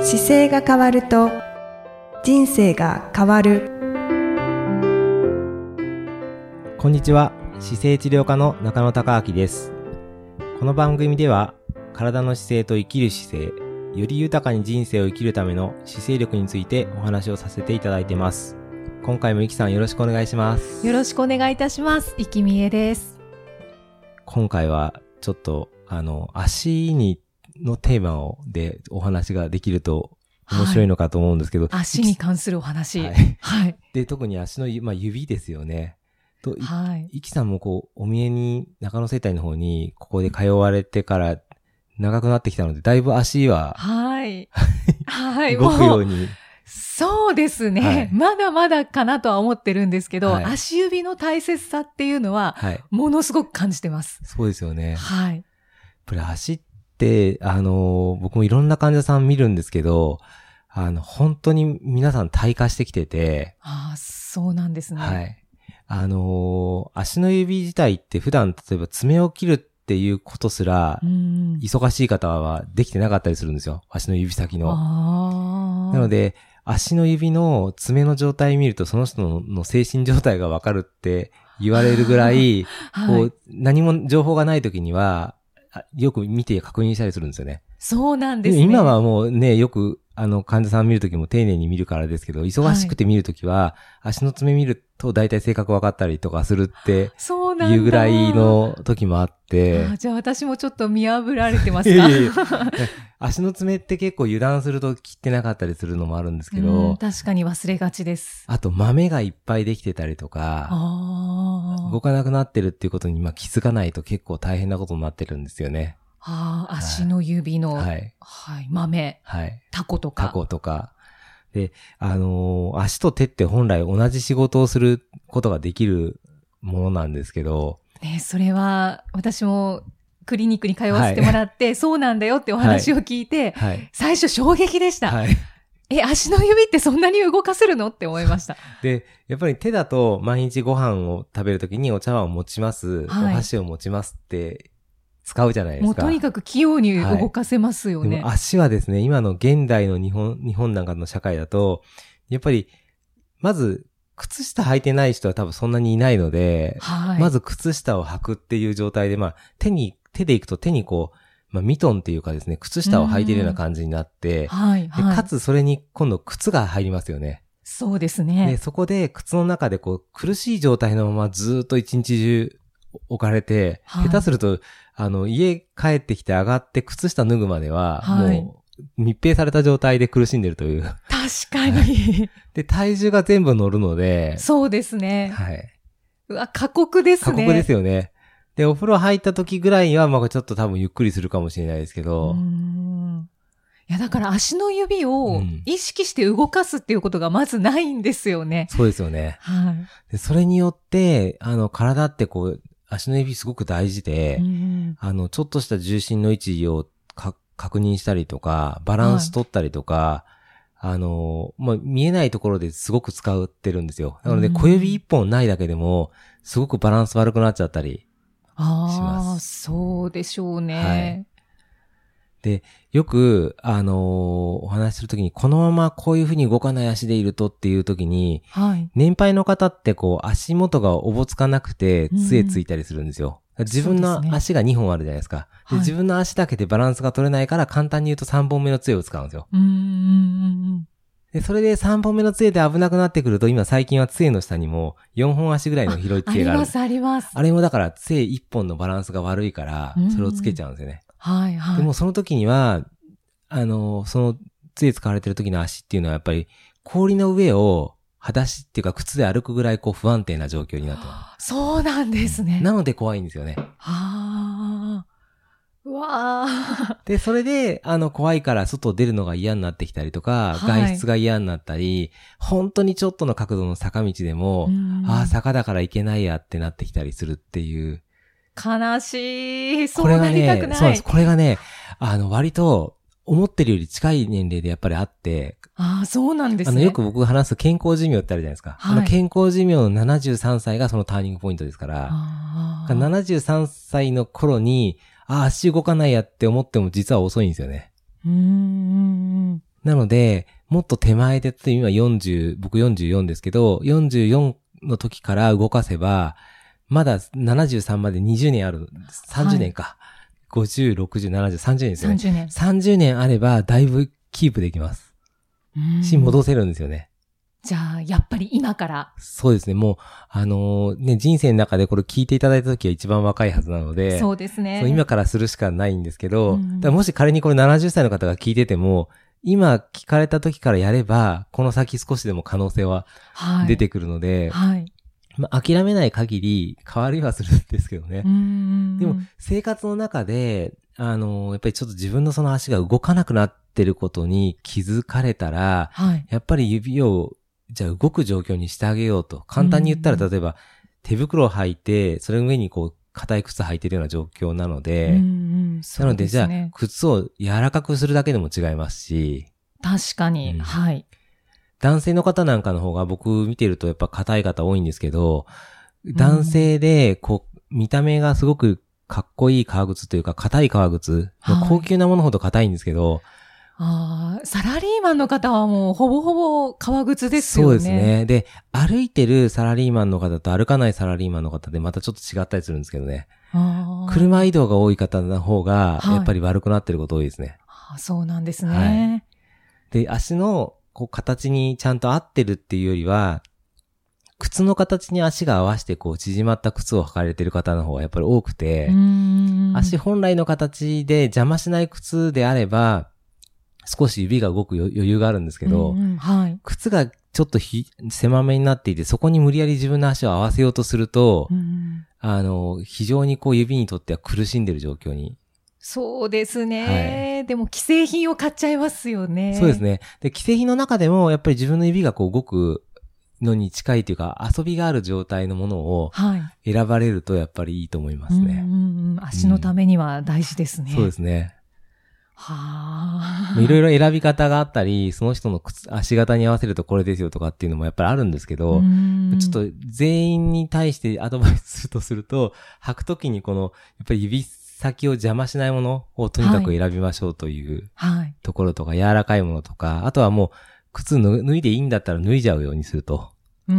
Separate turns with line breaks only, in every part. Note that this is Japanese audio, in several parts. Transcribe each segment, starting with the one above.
姿勢が変わると人生が変わる
こんにちは姿勢治療科の中野孝明ですこの番組では体の姿勢と生きる姿勢より豊かに人生を生きるための姿勢力についてお話をさせていただいてます今回もいきさんよろしくお願いします
よろしくお願いいたします。いきみえです。
今回はちょっとあの足にのテーマをでお話ができると面白い
は
のかと思うんですけど、
足に関するお話。
は
はいい。はい。
で特に足の指、まあ、指ですよねと
はい。
イキさんもこう、お見えに、中野生態の方に、ここで通われてから、長くなってきたので、だいぶ足は、
はい。はい。
動くよ
も
う
う、
に。
そうですね、
はい
まだまだかなとは思ってるんですけど、
はい
足指の大切さっていうのは、
はい。
ものすごく感じてます。
そうですよね。やっ
はい。
ぱり足って、あのー僕もいろんな患者さん見るんですけど、あの、本当に皆さん退化してきてて、
ああ、そうなんですね。
は。い。あのー足の指自体って普段、例えば爪を切るっていうことすら
う、ん。
忙しい方はできてなかったりするんですよ。足の指先の。
ああ。
なので、足の指の爪の状態見ると、その人のの精神状態がわかるって言われるぐらい、
は
こ
い、
う、何も情報がない時には、あよく見て確認したりするんですよね。
そうなん
で
ですね。
今はもうね、よく、あの、患者さん見るときも丁寧に見るからですけど、忙しくて見るときは、足の爪見ると大体性格わかったりとかするって
そうなんだ
いうぐらいの時もあって
あ、ーじゃあ私もちょっと見破られてま
い
す
や
か
いやいや 足の爪って結構油断すると切ってなかったりするのもあるんですけ
う
ど
ん、確かに忘れがちです。
あと豆がいっぱいできてたりとか、
あー
動かなくなってるっていうことにまあ気づかないと結構大変なことになってるんですよね。
あー、足の指の、
は
はい、
い。
豆、
はい。
タコとか。
タコとか。で、あのー足と手って本来同じ仕事をすることができるものなんですけど、
ね、それは、私もクリニックに通わせてもらって、そうなんだよってお話を聞いて、
はい。
最初衝撃でした、
はい。
え、足の指ってそんなに動かせるのって思いました。
で、やっぱり手だと毎日ご飯を食べるときにお茶碗を持ちます、
はい
お箸を持ちますって使うじゃないで
も
す
う
か。
とにかく器用に動かせますよ
で
ね。
も足はですね、今の現代の日本、日本なんかの社会だと、やっぱり、まず、靴下履いてない人は多分そんなにいないので、
はい。
まず靴下を履くっていう状態で、まあ、手に、手で行くと手にこう、まあ、ミトンっていうかですね、靴下を履いてるような感じになって、
はい、
で
はい。
かつそれに今度靴が入りますよね。
そうです
で、
ね。
そこで靴の中でこう、苦しい状態のままずーっと一日中置かれて、
はい
下手すると、あの、家帰ってきて上がって靴下脱ぐまでは、
はい
もう、密閉された状態で苦しんでるという。
確かに。
で、体重が全部乗るので、
そうですね。
はい。
うわ、過酷です
過
ね。
酷ですよね。で、お風呂入った時ぐらいには、まあちょっと多分ゆっくりするかもしれないですけど
うー、んいや、だから足の指
う
を
ん
意識して動かすっていうことがまずないんですよね。
そうですよね。
は
で、それによって、あの、体ってこう、足の指すごく大事で、
い。うん
あの、ちょっとした重心の位置をか確認したりとか、バランス取ったりとか、あの、まあ、見えないところですごく使ってるんですよ。なので、
うん
小指一本ないだけでも、すごくバランス悪くなっちゃったり、し
あ
ま
あ、そうでしょう
はい
ね。
よく、あのお話しするときに、このままこういうふうに動かない足でいるとっていうときに、
はい。
年配の方ってこう足元がおぼつかなくて
うん
杖ついたりするんですよ。自分
そう
の
ですね
足が2本あるじゃないですか。で
はい
自分の足だけでバランスが取れないから簡単に言うと3本目の杖を使うんですよ。
うーん。
でそれで3本目の杖で危なくなってくると今最近は杖の下にも4本足ぐらいの広い
あ
杖
り
がある。あ
ます、あります。
れもだから杖1本のバランスが悪いから
うん
それをつけちゃうんですよね。
はい、
で
は
もその時には、あの、その杖使われてる時の足っていうのはやっぱり氷の上を裸足っていうか靴で歩くぐらいこう不安定な状況になってます。
い。そうなんですね。
なので怖いんですよね。
ああ。うわあ。
で、それで、あの、怖いから外出るのが嫌になってきたりとか、
はい
外出が嫌になったり、本当にちょっとの角度の坂道でも、
うん
ああ、坂だから行けないやってなってきたりするっていう。
悲しい。そ
こ
う
れ
な
が
り
ね、
たく
そうなん
な
です。
い。
これがね、あの、割と、思ってるより近い年齢でやっぱりあって、
ああ、そうなんです
あ
ね。
の、よく僕が話す健康寿命ってあるじゃないですか。
はい
あの、健康寿命の73歳がそのターニングポイントですから。
ああ。
73歳の頃に、あ、足動かないやって思っても実は遅いんですよね。
うーん。
なので、もっと手前で、今40、僕44ですけど、44の時から動かせば、まだ73まで20年ある、30年か。50、60、70、30年ですよね。
30年。
30年あれば、だいぶキープできます。
うん
し、戻せるんですよね。
じゃあ、やっぱり今から。
そうですね。もう、あのーね、人生の中でこれ聞いていただいた時は一番若いはずなので、
そうですね。
そう今からするしかないんですけど、
うん
だからもし仮にこれ70歳の方が聞いてても、今聞かれた時からやれば、この先少しでも可能性は
はい
出てくるので、
はい。
まあ、諦めない限り変わりはするんですけどね。で
で
も、生活の中で、あのーやっぱりちょっと自分のその足が動かなくなってることに気づかれたら、
はい。
やっぱり指を、じゃあ動く状況にしてあげようと。簡単に言ったら、
うん
例えば、手袋を履いて、それの上にこう、硬い靴履いてるような状況なので、
うんうん
なので、じ
そう
ゃ
す
あ
ね、
靴を柔らかくするだけでも違いますし、
確かに、
うん
はい。
男性の方なんかの方が僕見てるとやっぱ硬い方多いんですけど、男性で、こう、見た目がすごくかっこいい革靴というか、硬い革靴、
はい
もう高級なものほど硬いんですけど、
ああ、サラリーマンの方はもうほぼほぼ革靴ですよ
そ
ね。
うです。ね。で、歩いてるサラリーマンの方と歩かないサラリーマンの方でまたちょっと違ったりするんですけどね。
あー
車移動が多い方の方が、
はい
やっぱり悪くなってること多いですね。
あーそうなんですね。
で、足のこう形にちゃんと合ってるっていうよりは、靴の形に足が合わせてこう縮まった靴を履かれてる方の方がやっぱり多くて、足
足
本来の形で邪魔しない靴であれば、少し指が動く余余裕があるんですけど、
はい。
靴がちょっとひ狭めになっていて、そこに無理やり自分の足を合わせようとすると、
うん
あの、非常にこう指にとっては苦しんでる状況に。
そうですね、でも既製品を買っちゃいますよね。
そうです。ね。で、既製品の中でも、やっぱり自分の指がこう動くのに近いというか、遊びがある状態のものを
はい。
選ばれるとやっぱりいいと思いますね
う。んうんうん足のためには大事ですね。。
そうですすね。
はあ。
いろいろ選び方があったり、その人の靴足型に合わせるとこれですよとかっていうのもやっぱりあるんですけど、
うん
ちょっと全員に対してアドバイスするとすると、履くときにこの、やっぱり指先を邪魔しないものをとにかく選びましょうという
はい。
ところとか、柔らかいものとか、あとはもう、靴脱脱いでいいんだったら脱いじゃうようにすると。
うん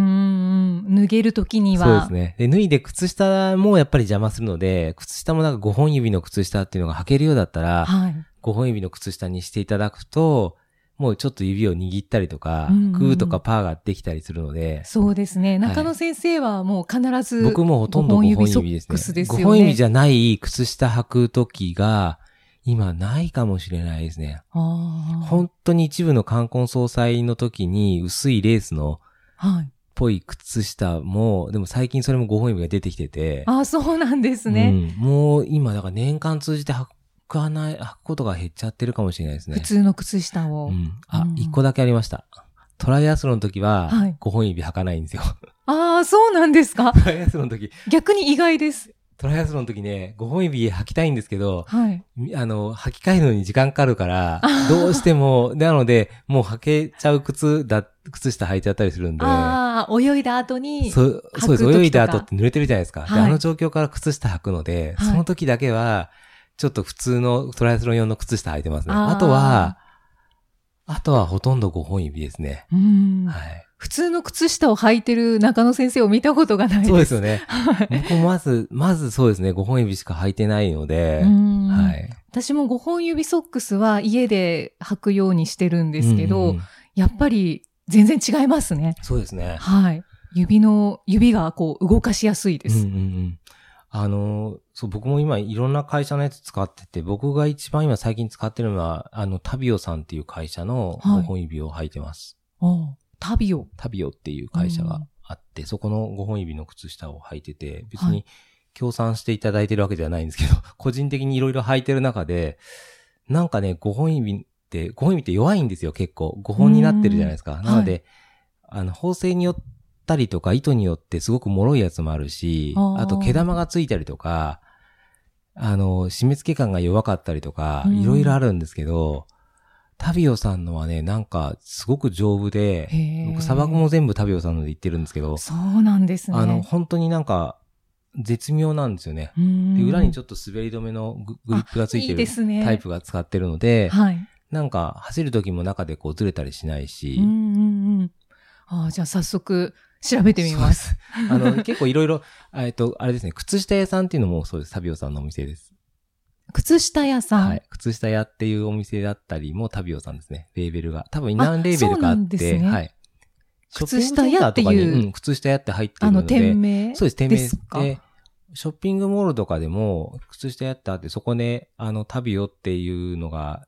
うん。脱げるときには。
そうですね。で、脱いで靴下もやっぱり邪魔するので、靴下もなんか5本指の靴下っていうのが履けるようだったら、
はい。
5本指の靴下にしていただくと、もうちょっと指を握ったりとか、
うんうん
グーとかパーができたりするので、
そうですね。
はい
中野先生はもう必ず、
僕もほとんど5本指です
ソックス
ね。
ですよ
5
ね。
本指じゃない靴下履くときが、今ないかもしれないですね。
あー
本当に一部の冠婚葬祭の時に薄いレースの
はい。
ぽい靴下も、でも最近それも5本指が出てきてて。
あーそうなんですね。
うんもう今、だから年間通じて履かない、履くことが減っちゃってるかもしれないですね。
普通の靴下を。
うん。あ
う、ん
一個だけありました。トライアスロンの時は
はい、
5本指履かないんですよ。
ああ、そうなんですか。
トライアスロンの時、
逆に意外です。
トライアスロンの時ね、5本指履きたいんですけど、
はい。
みあの、履き替えるのに時間かかる から
あ、
どうしても、なので、もう履けちゃう靴だ、靴下履いちゃったりするんで、
ああ、泳いだ後に。
そう
履く
そうです。
時とか
泳いだ後って濡れてるじゃないですか。で
はい
あの状況から靴下履くので、
はい
その時だけは、ちょっと普通のトライアスロン用の靴下履いてますね。
あ
あ
ー
とは、あとはほとんど5本指ですね。
うん
はい。
普通の靴下を履いてる中野先生を見たことがないです。
そうですよね。
はい。
僕もまず、まずそうですね、5本指しか履いてないので、
うん
はい。
私も5本指ソックスは家で履くようにしてるんですけど、
うんうんうん
やっぱり全然違いますね。
そうですね。
はい。指の、指がこう動かしやすいで
うん
す。
うんうん。あの、そう、僕も今いろんな会社のやつ使ってて、僕が一番今最近使ってるのは、あの、タビオさんっていう会社の
はい
5本指を履いてます。
おうタビオ。
タビオっていう会社
う
が
ん
あって、そこの5本指の靴下を履いてて、別
は
に
い
協賛していただいてるわけではないんですけど、 個人的にいろいろ履いてる中で、なんかね、5本指って、5本指って弱いんですよ、結構。5本になってるじゃないですか。なので、あの、縫製によったりとか、糸によってすごく脆いやつもあるし、
あー
あと毛玉がついたりとか、あの、締め付け感が弱かったりとか
う、ん
いろいろあるんですけど、タビオさんのはね、なんか、すごく丈夫で、
へー
僕、砂漠も全部タビオさんので行ってるんですけど、
そうなんですね。
あの、本当になんか、絶妙なんですよね。
うん、
で裏にち
ょ
ょ
っ
っと滑り止めのググリップがついて
いいで
る
すね。
タイプが使ってるので、
はい。
なんか走る時も中でこうずれたりしないし、
うんうんうん。ああ、じゃあ早速調べてみます。
す。 あの、結構いろいろ、えっと、あれですね、靴下屋さんっていうのもそうです。サビオさんのお店です。
靴下屋さん。
はい。靴下屋っていうお店だったりもタビオさんですね。レーベルが。多分、イナンレーベルがあ
あそうな
っ
んです
て、
ね
はい。
靴下屋っていう
ショッピングセンターとかにうん、靴下屋って入ってる
あ
の
の、
で。
店名
そうです、店名
ですか
で、ショッピングモールとかでも、靴下屋ってあって、そこで、あの、タビオっていうのが、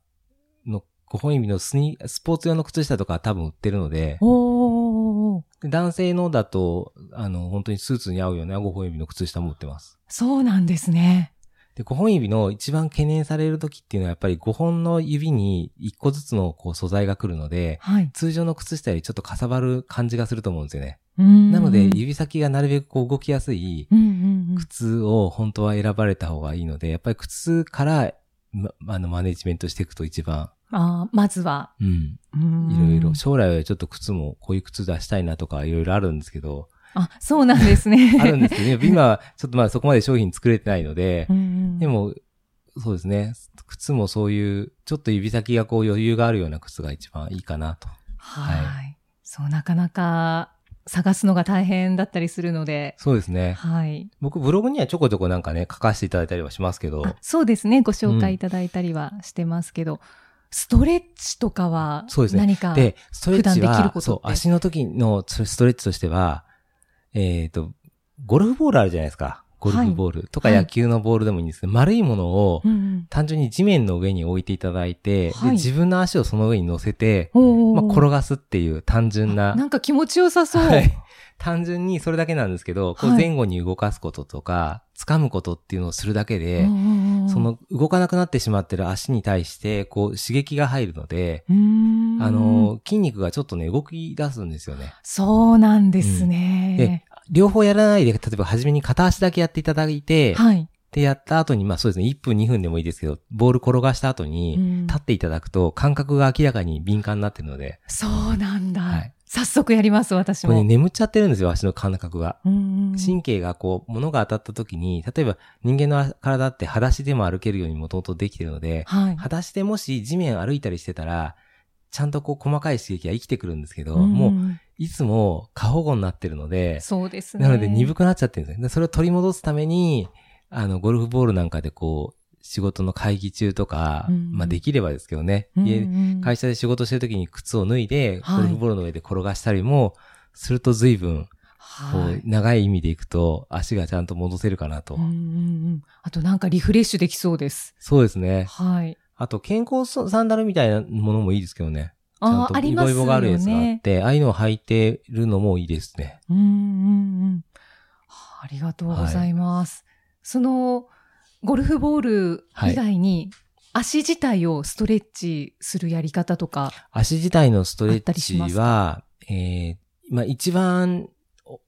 の、5本指のスニスポーツ用の靴下とか多分売ってるので、
おー。
で男性のだと、あの、本当にスーツに合うような5本指の靴下も売ってます。
そうなんですね。
で、5本指の一番懸念される時っていうのは、やっぱり5本の指に1個ずつのこう素材が来るので、
はい。
通常の靴下よりちょっとかさばる感じがすると思うんですよね。
な
なので、指先がなるべくこう動きやすい
うんうんうん。
靴を本当は選ばれた方がいいので、やっぱり靴から、ま、あの、マネジメントしていくと一番、
ああ、まずは。
うん、いろいろ、将来はちょっと靴も、こういう靴出したいなとか、いろいろあるんですけど、
あ、そうなんですね。
あるんですけど、今はちょっとまあそこまで商品作れてないので
う、んうん
でも、そうですね、靴もそういう、ちょっと指先がこう余裕があるような靴が一番いいかなと。
はい、
は
そう、なかなか探すのが大変だったりするので。
そうですね。
はい。
僕、ブログにはちょこちょこなんかね、書かせていただいたりはしますけど、
あそうですね。ご紹介いただいたりはしてますけど、ストレッチとかは
そうですね
何か。
で、ストレッチ
普段できる
は、
ことって
そう、足の時のスストレッチとしては、えっ、と、ゴルフボールあるじゃないですか。ゴルフボールとか
はい
野球のボールでもいいんですけど、丸いものを
うんうん
単純に地面の上に置いていただいて、
はい
で自分の足をその上に乗せて、
お
まあ、
ー
転がすっていう単純な。
なんか気持ちよさそ う。
はい。単純にそれだけなんですけど、こう
はい
前後に動かすこととか、掴むことっていうのをするだけ
う
で、
んうんうん
そ、の動かなくなってしまってる足に対して、こう刺激が入るので、
うーん
あの、筋肉がちょっとね、動き出すんですよね。
そうなんですね。
両方やらないで、例えば初めに片足だけやっていただいて、
はい。
で、やった後に、まあそうですね、1分2分でもいいですけど、ボール転がした後
う
に、
ん
立っていただくと、感覚が明らかに敏感になってるので、
そうなんだ、
はい
早速やります、私
これね、
も。
眠っちゃってるんですよ、足の感覚が。
うんうん
神経がこう、物が当たった時に、例えば人間の体って裸足でも歩けるようにもともとできてるので、
はい。
裸足でもし地面歩いたりしてたら、ちゃんとこう細かい刺激が生きてくるんですけど、
うん
もういつも過保護になってるので、
そうですね。
なので鈍くなっちゃってるんですね。でそれを取り戻すために、あの、ゴルフボールなんかでこう、仕事の会議中とか、
うん
まあできればですけどね、
うんうん
家会社で仕事してる時に靴を脱いで、
はい
ゴルフボールの上で転がしたりも、すると随分、こ
は
う
い、。
長い意味でいくと、足がちゃんと戻せるかなと。
うんうんうんあとなんかリフレッシュできそうです。
そうですね。
はい。
あと、健康そサンダルみたいなものもいいですけどね。ちゃん
あー、
と
あ
イ
りま
ボ
す
イ
よ
ボがあるやつがあっ
ね。
て、ああいうのを履いてるのもいいですね。
うんうんうん。はあありがとうございます。その、ゴルフボール以外に、足自体をストレッチするやり方とか、
足自体のストレ
あったり
ッ
し
チ
ます
は、えー、まあ一番お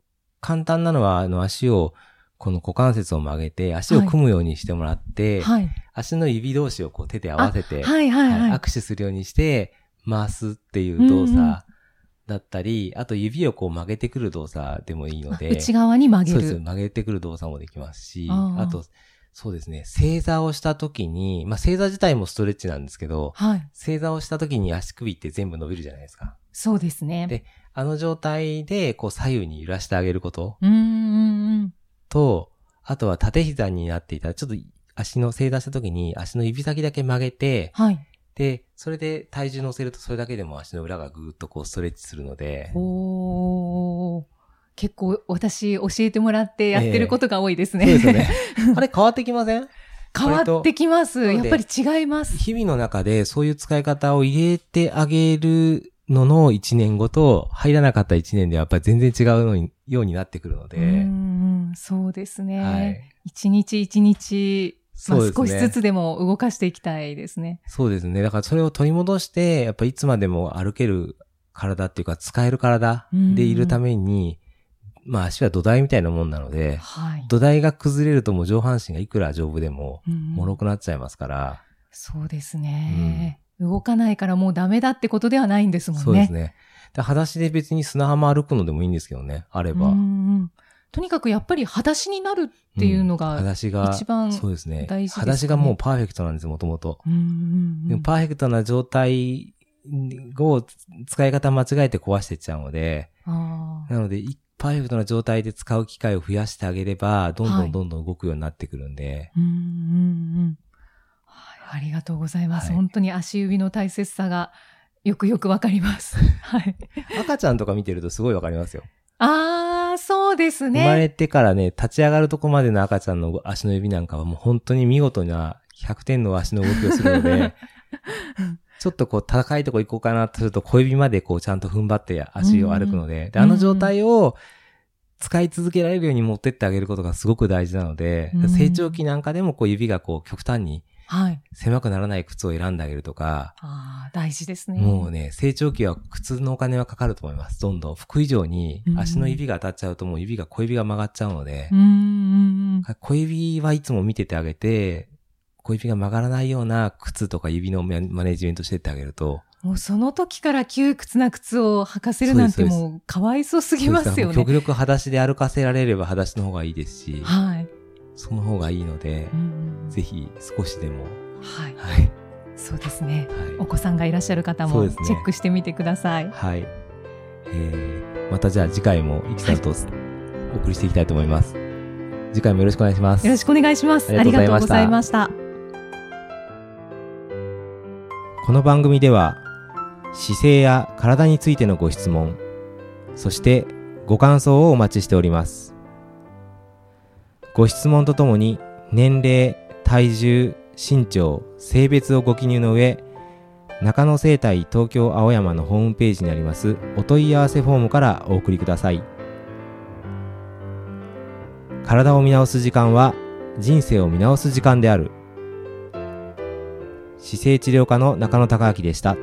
簡単なのは、あの足を、この股関節を曲げて、足を組むようにしてもらって、
はい。
足の指同士をこう手で合わせて、
はいはいはい。
はい握手するようにして、回すっていう動
うんうん
作だったり、あと指をこう曲げてくる動作でもいいの
あ
で、
内側に曲げ
そう
る。
です。曲げてくる動作もできますし、
あー
あと、そうですね、正座をした時に、まあ正座自体もストレッチなんですけど、
はい。
正座をした時に足首って全部伸びるじゃないですか。
そうですね。
であの状態で、こう左右に揺らしてあげること
うんうんうん。
と、あとは縦膝になっていたら、ちょっと足の正座した時に足の指先だけ曲げて、
はい。
で、それで体重乗せるとそれだけでも足の裏がぐーっとこうストレッチするので、
おー結構私教えてもらってやってることが多いですね。
そうですよね。 あれ変わってきません
変わってきます。
れと
やっぱり違います。
日々の中でそういう使い方を入れてあげるのの1年後と入らなかった1年ではやっぱり全然違うのにようになってくるの
う
で、
ん、そうです
は
ね。
い。
一、日一日、まあ
そうですね
少しずつでも動かしていきたいですね。
そうですね。だからそれを取り戻して、やっぱりいつまでも歩ける体っていうか使える体でいるために、まあ足は土台みたいなもんなので、
はい。
土台が崩れるともう上半身がいくら丈夫でも、
うん
脆くなっちゃいますから、
そうですね、動かないからもうダメだってことではないんですもんね。
そうですね。で裸足で別に砂浜歩くのでもいいんですけどね、あれば。
うんうんとにかくやっぱり裸足になるっていうの
ん
が、
裸足が、
一番
そうですね。
大事ですかね
裸足がもうパーフェクトなんです、もともと。
うんうん
で
う
も
ん
パーフェクトな状態を使い方間違えて壊してっちゃうので、
あー
なので、いパーフェクトな状態で使う機会を増やしてあげれば、どんど
はい
んどんどん動くようになってくるんで、
うんうんうんはいありがとうございます、
はい
本当に足指の大切さがよくよくわかります。はい。
赤ちゃんとか見てるとすごいわかりますよ。
ああ、そうですね。
生まれてからね、立ち上がるとこまでの赤ちゃんの足の指なんかはもう本当に見事な100点の足の動きをするの で、ちょっとこう高いとこ行こうかなとすると小指までこうちゃんと踏ん張って足を歩くので、であの状態を使い続けられるように持ってってあげることがすごく大事なので、
うん
成長期なんかでもこう指がこう極端に
はい。
狭くならない靴を選んであげるとか、
ああ、大事ですね。
もうね、成長期は靴のお金はかかると思います。どんどん服以上に足の指が当たっちゃうともう指が小指が曲がっちゃうので
う、んうんうん。
小指はいつも見ててあげて、小指が曲がらないような靴とか指のママネジメントしてってあげると、
もうその時から窮屈な靴を履かせるなんて
そうですそう
もうかわいそうすぎます
そ
よ
うですだからもう
ね。
極力裸足で歩かせられれば裸足の方がいいですし、
はい。
その方がいいので
う、ん
ぜひ少しでも、
はい。
はい、
そうですね。お
は
子さんがいらっしゃる方
そうで
も
すね
チェックしてみてください。
い、はい。えー、またじゃあ次回も、いきさんとお送りしていきたいと思います。次回もよろしくお願いします。
よろしくお願いします。
あ
あ
り
り
が
が
と
と
う
う
ご
ご
ざ
ざ
い
い
ま
ました。
この番組では姿勢や体についてのご質問そしてご感想をお待ちしておりますご質問とともに年齢体重身長性別をご記入の上中野生態東京青山のホームページにありますお問い合わせフォームからお送りください体を見直す時間は人生を見直す時間である姿勢治療科の中野孝明でした。